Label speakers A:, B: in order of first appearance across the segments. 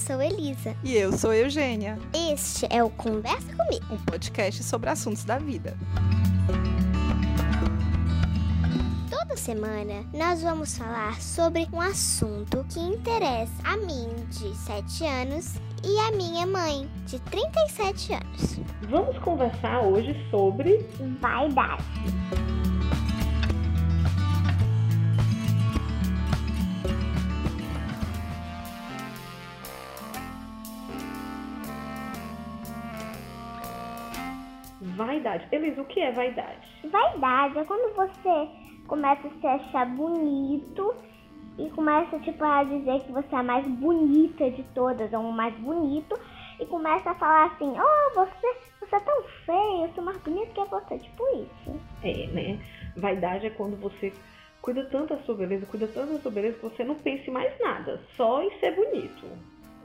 A: sou Elisa.
B: E eu sou Eugênia,
A: Este é o Conversa Comigo.
B: um podcast sobre assuntos da vida.
A: Toda semana nós vamos falar sobre um assunto que interessa a mim de 7 anos e a minha mãe de 37 anos.
C: Vamos conversar hoje sobre
A: Vai dar.
C: vaidade. Elisa, o que é vaidade?
D: Vaidade é quando você começa a se achar bonito e começa tipo, a dizer que você é a mais bonita de todas, ou o mais bonito, e começa a falar assim, oh, você, você é tão feio, eu sou mais bonito que você, tipo isso.
C: É, né? Vaidade é quando você cuida tanto da sua beleza, cuida tanto da sua beleza que você não pensa em mais nada, só em ser bonito.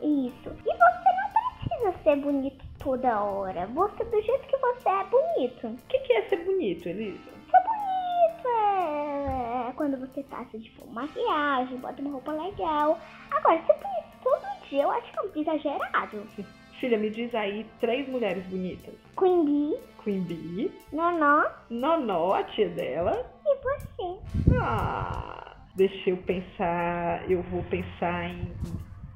D: Isso. E você não precisa ser bonito toda hora. Você do jeito que você é bonito.
C: O que que é ser bonito, Elisa?
D: Isso é, é quando você passa tipo maquiagem, bota uma roupa legal. Agora, ser bonito todo dia, eu acho que é um exagerado.
C: Filha, me diz aí três mulheres bonitas.
D: Queen Bee,
C: Queen Bee,
D: Nonó
C: Nonó, a tia dela.
D: e você.
C: Ah, deixa eu pensar, eu vou pensar em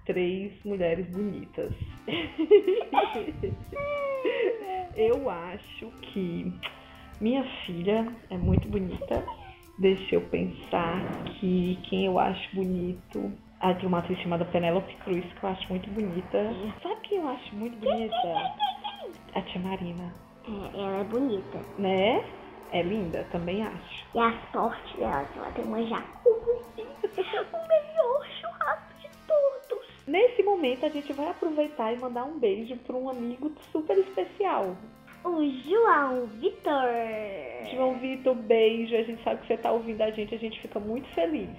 C: três mulheres bonitas. Eu acho que minha filha é muito bonita. Deixa eu pensar que quem eu acho bonito. Ah, tem uma atriz chamada Penélope Cruz que eu acho muito bonita. Sabe quem eu acho muito bonita? A tia Marina.
D: É, ela é bonita.
C: Né? É linda, também acho.
D: E a sorte dela, que ela tem uma jacuzzi. o melhor churrasco de todos.
C: Nesse momento a gente vai aproveitar e mandar um beijo para um amigo super especial.
D: O João Vitor.
C: João Vitor, beijo. A gente sabe que você tá ouvindo a gente, a gente fica muito feliz.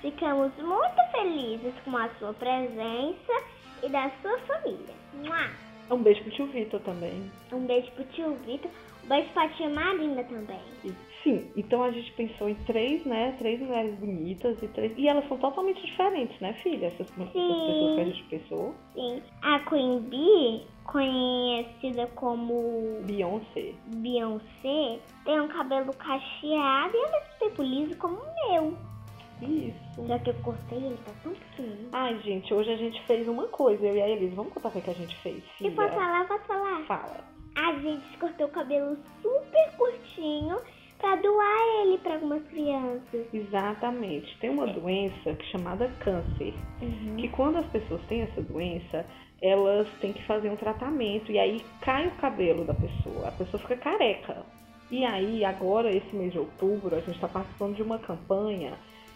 D: Ficamos muito felizes com a sua presença e da sua família. Mua!
C: Um beijo pro tio Vitor também.
D: Um beijo pro tio Vitor. Um beijo pra tia Marina também.
C: Sim, então a gente pensou em três, né? Três mulheres bonitas e três. E elas são totalmente diferentes, né, filha? Essas essas pessoas que a gente pensou.
D: Sim. A Queen Bee, conhecida como
C: Beyoncé.
D: Beyoncé tem um cabelo cacheado e ao mesmo tempo liso como o meu.
C: Isso.
D: Já que eu cortei, ele tá tão pequeno.
C: Ai, gente, hoje a gente fez uma coisa, eu e a Elisa. Vamos contar o que que a gente fez,
D: E
C: filha?
D: posso falar, posso falar?
C: Fala.
D: A gente cortou o cabelo super curtinho pra doar ele pra algumas crianças.
C: Exatamente. Tem
D: É.
C: uma doença que- chamada câncer.
D: Hum.
C: Que quando as pessoas têm essa doença, elas têm que fazer um tratamento e aí cai o cabelo da pessoa, a pessoa fica careca. E aí, agora, esse mês de outubro, a gente está participando de uma campanha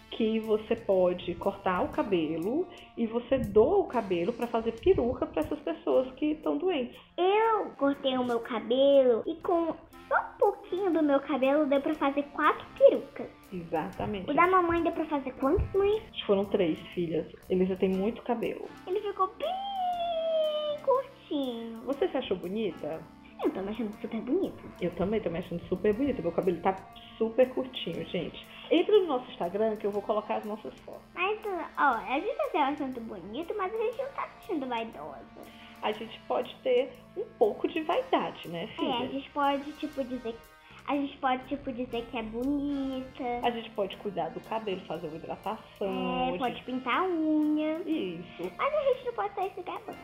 C: que você pode cortar o cabelo e você doa o cabelo para fazer peruca para essas pessoas que estão doentes.
D: Eu cortei o meu cabelo e com só um pouquinho do meu cabelo deu pra fazer quatro perucas.
C: Exatamente.
D: O da mamãe deu pra fazer quantos, mãe?
C: Foram três filhas. Elisa tem muito cabelo.
D: Ele ficou bem curtinho.
C: Você se achou bonita?
D: Eu tô me achando super bonito.
C: Eu também tô me achando super bonita. Meu cabelo tá super curtinho, gente. Entra no nosso Instagram que eu vou colocar as nossas fotos.
D: Mas, ó, a gente tá se achando bonito, mas a gente não tá se achando vaidosa.
C: A gente pode ter um pouco de vaidade, né,
D: É, a
C: filha?
D: gente pode, tipo, dizer... A gente pode, tipo, dizer que é bonita.
C: A gente pode cuidar do cabelo, fazer uma hidratação.
D: É,
C: a
D: pode
C: gente-
D: pintar a unha.
C: Isso.
D: Mas a gente não pode sair se gabando.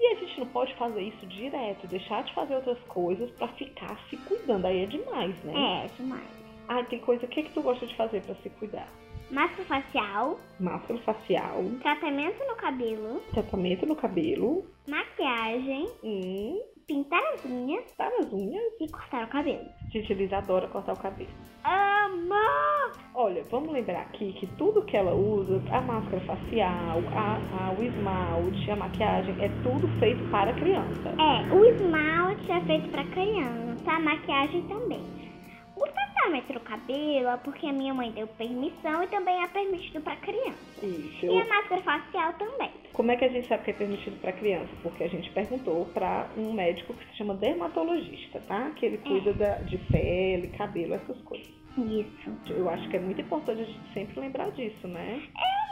C: E a gente não pode fazer isso direto, deixar de fazer outras coisas pra ficar se cuidando. Aí é demais, né?
D: É, demais.
C: Ah, tem coisa. O que, que tu gosta de fazer pra se cuidar?
D: Massa facial,
C: Máscara facial,
D: tratamento no cabelo,
C: tratamento no cabelo,
D: maquiagem,
C: hum,
D: pintar as unhas
C: tá nas unhas.
D: e cortar o cabelo.
C: Gente, Elisa adora cortar o cabelo.
D: Amor!
C: Olha, vamos lembrar aqui que tudo que ela usa, a máscara facial, a, a- o esmalte, a maquiagem, é tudo feito para criança.
D: É, o esmalte é feito pra criança, a maquiagem também. O tratamento do cabelo é porque a minha mãe deu permissão e também é permitido pra criança.
C: Isso.
D: E a máscara facial também.
C: Como é que a gente sabe que é permitido para criança? Porque a gente perguntou para um médico que se chama dermatologista, tá? Que ele cuida da- de pele, cabelo, essas coisas.
D: Isso.
C: Eu acho que é muito importante a gente sempre lembrar disso, né?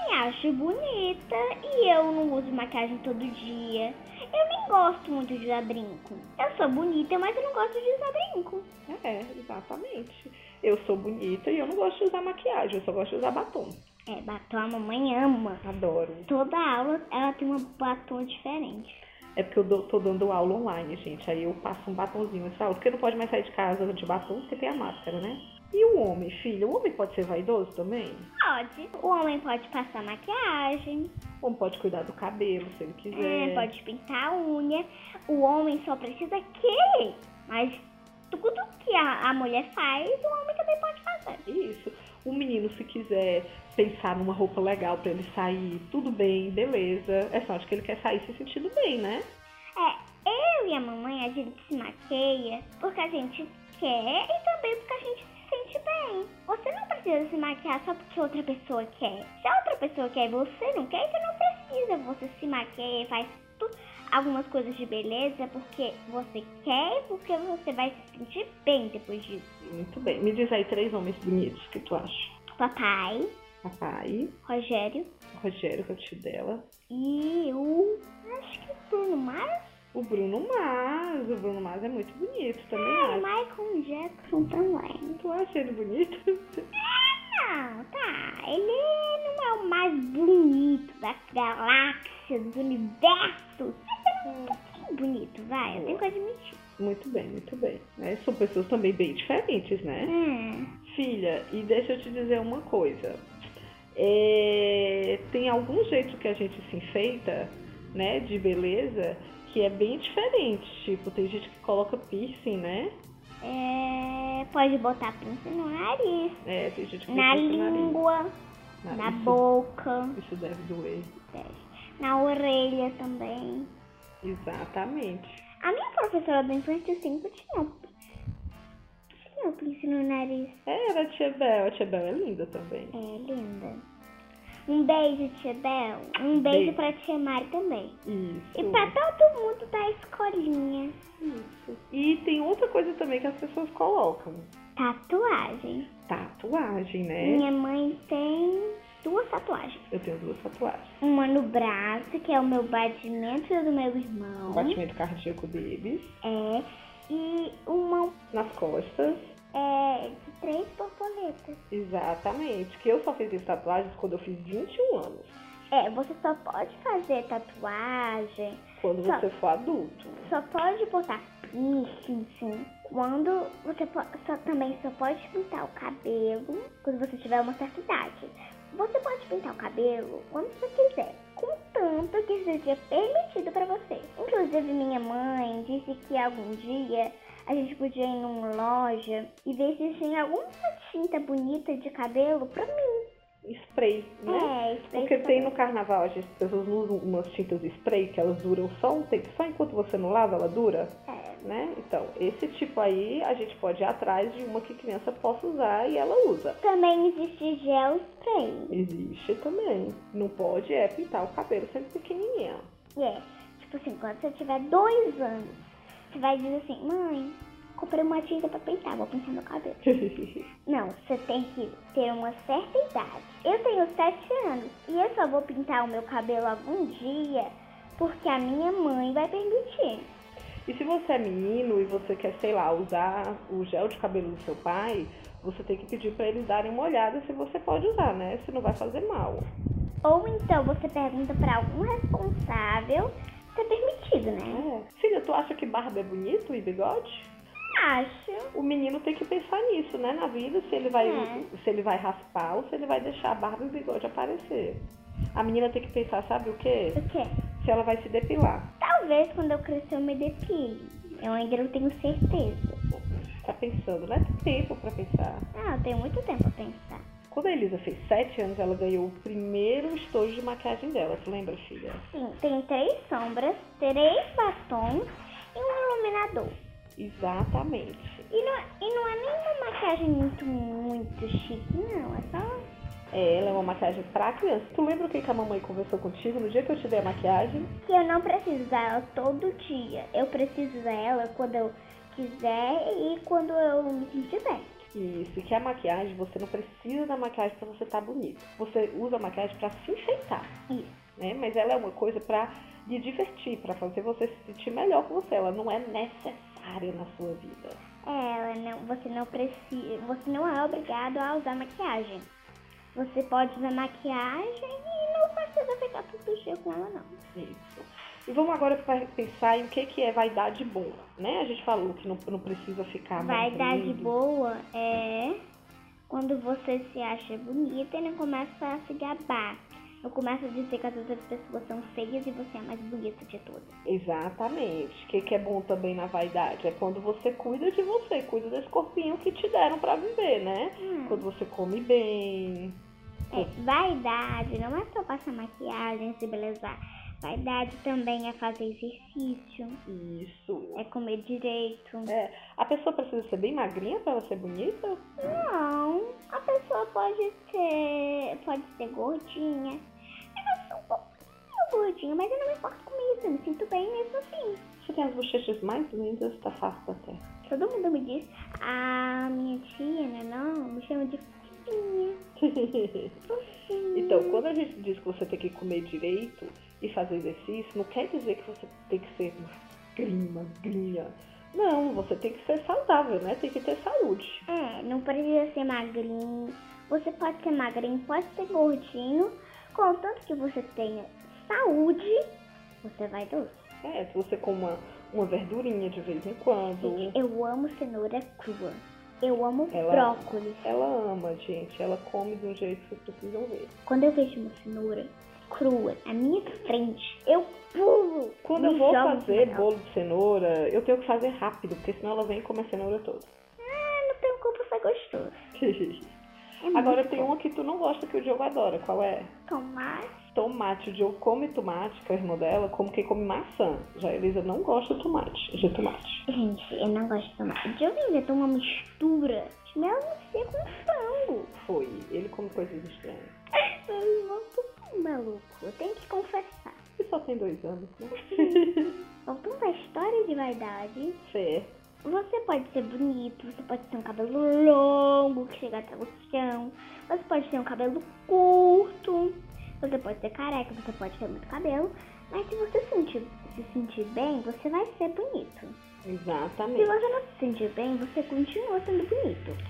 D: me acho bonita e eu não uso maquiagem todo dia. Eu nem gosto muito de usar brinco. Eu sou bonita, mas eu não gosto de usar brinco.
C: É, exatamente. Eu sou bonita e eu não gosto de usar maquiagem, eu só gosto de usar batom.
D: É, batom a mamãe ama.
C: Adoro.
D: Toda aula ela tem um batom diferente.
C: É porque eu dou- tô dando aula online, gente. Aí eu passo um batonzinho nessa aula. Porque não pode mais sair de casa de batom, porque tem a máscara, né? E o homem, filho? O homem pode ser vaidoso também?
D: Pode. O homem pode passar maquiagem,
C: O homem pode cuidar do cabelo, se ele quiser.
D: é, pode pintar a unha. O homem só precisa querer. Mas tudo que a, a mulher faz, o homem também pode fazer.
C: É Isso. O menino, se quiser pensar numa roupa legal pra ele sair, tudo bem, beleza. É só acho que ele quer sair se sentindo bem, né?
D: É, eu e a mamãe, a gente se maqueia porque a gente quer e também porque a gente se sente bem. Você não precisa se maquiar só porque outra pessoa quer. Se a outra pessoa quer e você não quer, você não precisa. Você se maqueia e faz tu- algumas coisas de beleza porque você quer e porque você vai se sentir bem depois disso.
C: Muito bem. Me diz aí três homens bonitos que tu acha.
D: Papai,
C: Papai,
D: Rogério
C: o Rogério, que é o tio dela.
D: e o... Acho que o Bruno Mars,
C: O Bruno Mars. O Bruno Mars é muito bonito também,
D: Ah,
C: acho.
D: Michael Jackson também.
C: Tu acha ele bonito?
D: Não, tá. Ele não é o mais bonito da galáxia, dos universos. Mas ele é um pouquinho bonito, vai. Eu tenho que admitir.
C: Muito bem, muito bem. Né? São pessoas também bem diferentes, né?
D: Hum,
C: Filha, e deixa eu te dizer uma coisa. É, tem algum jeito que a gente se enfeita, né, de beleza, que é bem diferente. Tipo, tem gente que coloca piercing, né?
D: Ah, é, pode botar pinça no nariz,
C: É, tem gente que
D: na
C: pinta o nariz.
D: língua,
C: Na-
D: na
C: isso-
D: boca,
C: Isso deve doer.
D: na orelha também.
C: Exatamente.
D: A minha professora do infantil 5 tinha um tinha um pinça no nariz.
C: É, era a Tia Bel. A Tia Bel é linda também.
D: É linda. Um beijo, Tia Bel. Um beijo
C: Beijo.
D: pra Tia Mari também.
C: Isso.
D: E tá- pra todo mundo da escolinha,
C: Isso. E tem outra coisa também que as pessoas colocam.
D: tatuagem.
C: Tatuagem, né?
D: Minha mãe tem duas tatuagens.
C: Eu tenho duas tatuagens.
D: Uma no braço, que é o meu batimento e o do meu irmão.
C: O batimento cardíaco deles.
D: É. E uma
C: Nas costas.
D: é de três borboletas.
C: Exatamente. Que eu só fiz essas tatuagens quando eu fiz 21 anos.
D: É, você só pode fazer tatuagem,
C: Quando
D: Só.
C: você for adulto.
D: só pode botar piercing, sim. Quando você po- só, também só pode pintar o cabelo quando você tiver uma certa idade. Você pode pintar o cabelo quando você quiser, contanto que seja permitido pra você. Inclusive, minha mãe disse que algum dia a gente podia ir numa loja e ver se tinha alguma tinta bonita de cabelo pra mim.
C: Spray, né?
D: É, isso
C: Porque tem no carnaval, gente, as pessoas usam umas tintas spray que elas duram só um tempo. Só enquanto você não lava, ela dura.
D: É.
C: Né? Então, esse tipo aí, a gente pode ir atrás de uma que criança possa usar e ela usa.
D: Também existe gel spray.
C: Existe também. Não pode é pintar o cabelo sempre pequenininha.
D: E é, tipo assim, quando você tiver dois anos, você vai dizer assim, mãe, comprei uma tinta pra pintar, vou pintar meu cabelo. Não, você tem que ter uma certa idade. Eu tenho sete anos e eu só vou pintar o meu cabelo algum dia porque a minha mãe vai permitir.
C: E se você é menino e você quer, sei lá, usar o gel de cabelo do seu pai, você tem que pedir pra eles darem uma olhada se você pode usar, né? Se não vai fazer mal.
D: Ou então você pergunta pra algum responsável se é permitido, né?
C: É. Filha, tu acha que barba é bonito e bigode?
D: Acho.
C: O menino tem que pensar nisso, né? Na vida, se ele vai,
D: É.
C: se ele vai raspar ou se ele vai deixar a barba e o bigode aparecer. A menina tem que pensar, sabe o quê?
D: O quê?
C: Se ela vai se depilar.
D: Talvez quando eu crescer eu me depile. Eu ainda não tenho certeza.
C: Tá pensando, né? Tem tempo pra pensar.
D: Ah, eu tenho muito tempo a pensar.
C: Quando a Elisa fez 7 anos, ela ganhou o primeiro estojo de maquiagem dela. Tu lembra, filha?
D: Sim, tem três sombras, três batons e um iluminador.
C: Exatamente.
D: E não, e não é nem uma maquiagem muito, muito chique, não. É só.
C: É, ela é uma maquiagem pra criança. Tu lembra o que, que a mamãe conversou contigo no dia que eu te dei a maquiagem?
D: que eu não preciso usar ela todo dia. Eu preciso usar ela quando eu quiser e quando eu me sentir bem.
C: Isso, que a maquiagem, você não precisa da maquiagem pra você estar bonito. Você usa a maquiagem pra se enfeitar.
D: Isso.
C: Né? Mas ela é uma coisa pra lhe divertir, pra fazer você se sentir melhor com você. Ela não é necessária na sua vida.
D: É, ela não, você não precisa, você não é obrigado a usar maquiagem. Você pode usar maquiagem e não precisa ficar todo dia com ela não.
C: Isso. E vamos agora pra pensar em o que, que é vaidade boa, né? A gente falou que não, não precisa ficar
D: Vaidade
C: muito lindo.
D: boa é quando você se acha bonita e não começa a se gabar. Não começa a dizer que as outras pessoas são feias e você é a mais bonita de todas.
C: Exatamente. O que, que é bom também na vaidade? É quando você cuida de você, cuida desse corpinho que te deram pra viver, né? Quando você come bem.
D: Ah, É, vaidade não é só passar maquiagem, se belezar. Vaidade também é fazer exercício,
C: Isso.
D: é comer direito.
C: A pessoa precisa ser bem magrinha pra ela ser bonita?
D: Não, a pessoa pode ser. pode ser gordinha. Eu sou um pouquinho gordinha, mas eu não me importo com isso, eu me sinto bem mesmo assim.
C: Você tem as bochechas mais lindas da face da terra.
D: Todo mundo me diz, a minha tia, né, não, me chama de fofinha, fofinha.
C: então, quando a gente diz que você tem que comer direito e fazer exercício, não quer dizer que você tem que ser magrinha, magrinha. Não, você tem que ser saudável, né? Tem que ter saúde.
D: É, não precisa ser magrinho. Você pode ser magrinho, pode ser gordinho, contanto que você tenha saúde, você vai doce.
C: É, se você come uma, uma verdurinha de vez em quando.
D: Gente, eu amo cenoura crua. Eu amo
C: Ela-
D: brócolis.
C: Ela ama, gente. Ela come de um jeito que vocês precisam ver.
D: Quando eu vejo uma cenoura crua na minha frente, eu pulo.
C: Quando
D: Me
C: eu vou
D: jogo em cima
C: fazer
D: dela.
C: bolo de cenoura, eu tenho que fazer rápido, porque senão ela vem e come a cenoura toda.
D: Ah, não tem culpa, foi gostoso. É
C: Agora
D: muito
C: tem uma que tu não gosta que o Diogo adora. Qual é?
D: bom. Tomate.
C: Tomate. O Diogo come tomate, que é o irmão dela, como quem come maçã. Já a Elisa não gosta de tomate, de tomate.
D: Gente, eu não gosto de tomate. De ouvir inventou uma mistura de melancia com frango.
C: Foi. Ele come coisas estranhas.
D: Meu irmão, tu tá maluco. Eu tenho que confessar.
C: E só tem dois anos, né?
D: Voltando à história de vaidade,
C: Certo.
D: Você pode ser bonito, você pode ter um cabelo longo que chega até o chão, você pode ter um cabelo curto, você pode ser careca, você pode ter muito cabelo, mas se você sentir- se sentir bem, você vai ser bonito. Se
C: Exatamente.
D: você não se sentir bem, você continua sendo bonito.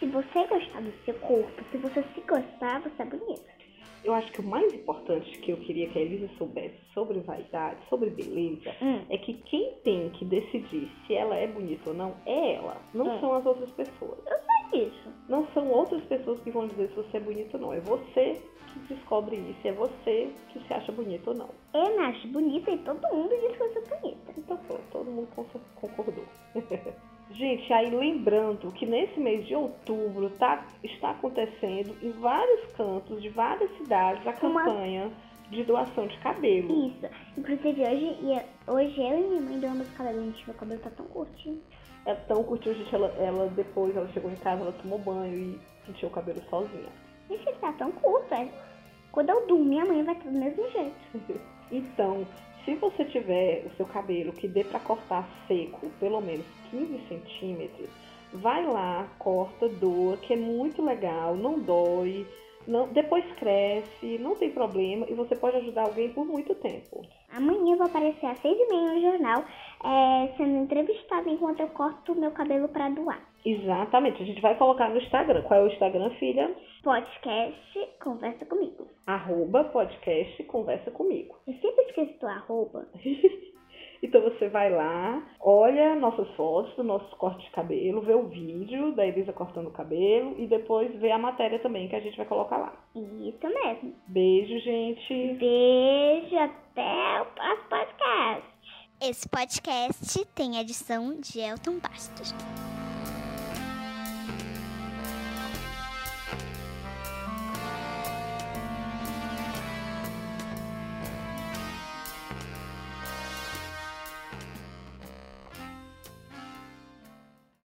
D: Se você gostar do seu corpo, se você se gostar, você é bonito.
C: Eu acho que o mais importante que eu queria que a Elisa soubesse sobre vaidade, sobre beleza,
D: Hum.
C: é que quem tem que decidir se ela é bonita ou não é ela, não
D: É.
C: são as outras pessoas.
D: É isso.
C: Não são outras pessoas que vão dizer se você é bonito ou não. É você que descobre isso. É você que se acha bonito ou não.
D: Eu me acho É bonita e todo mundo diz que eu sou bonita.
C: Então pronto, todo mundo con- concordou. Gente, aí lembrando que nesse mês de outubro tá, está acontecendo em vários cantos, de várias cidades, a
D: Uma-
C: campanha de doação de cabelo.
D: Isso. Inclusive hoje, e- é, hoje eu e minha mãe doamos cabelo. Gente, meu cabelo tá tão curtinho.
C: Ela É tão curtiu, gente. Ela, ela depois, ela chegou em casa, ela tomou banho e penteou o cabelo sozinha.
D: Gente, ele tá tão curto. é. Quando eu durmo, minha mãe vai estar do mesmo jeito.
C: Então, se você tiver o seu cabelo que dê pra cortar seco, pelo menos 15 centímetros, vai lá, corta, doa, que é muito legal, não dói, não- depois cresce, não tem problema e você pode ajudar alguém por muito tempo.
D: Amanhã eu vou aparecer às seis e meia no jornal, é, sendo entrevistada enquanto eu corto meu cabelo pra doar.
C: Exatamente, a gente vai colocar no Instagram. Qual é o Instagram, filha?
D: Podcast, conversa comigo.
C: Arroba podcast conversa comigo.
D: Eu sempre esqueço do arroba.
C: Então você vai lá, olha nossas fotos do nosso corte de cabelo, vê o vídeo da Elisa cortando o cabelo e depois vê a matéria também que a gente vai colocar lá.
D: Isso mesmo.
C: Beijo, gente.
D: Beijo, até o próximo podcast.
A: Esse podcast tem edição de Elton Bastos.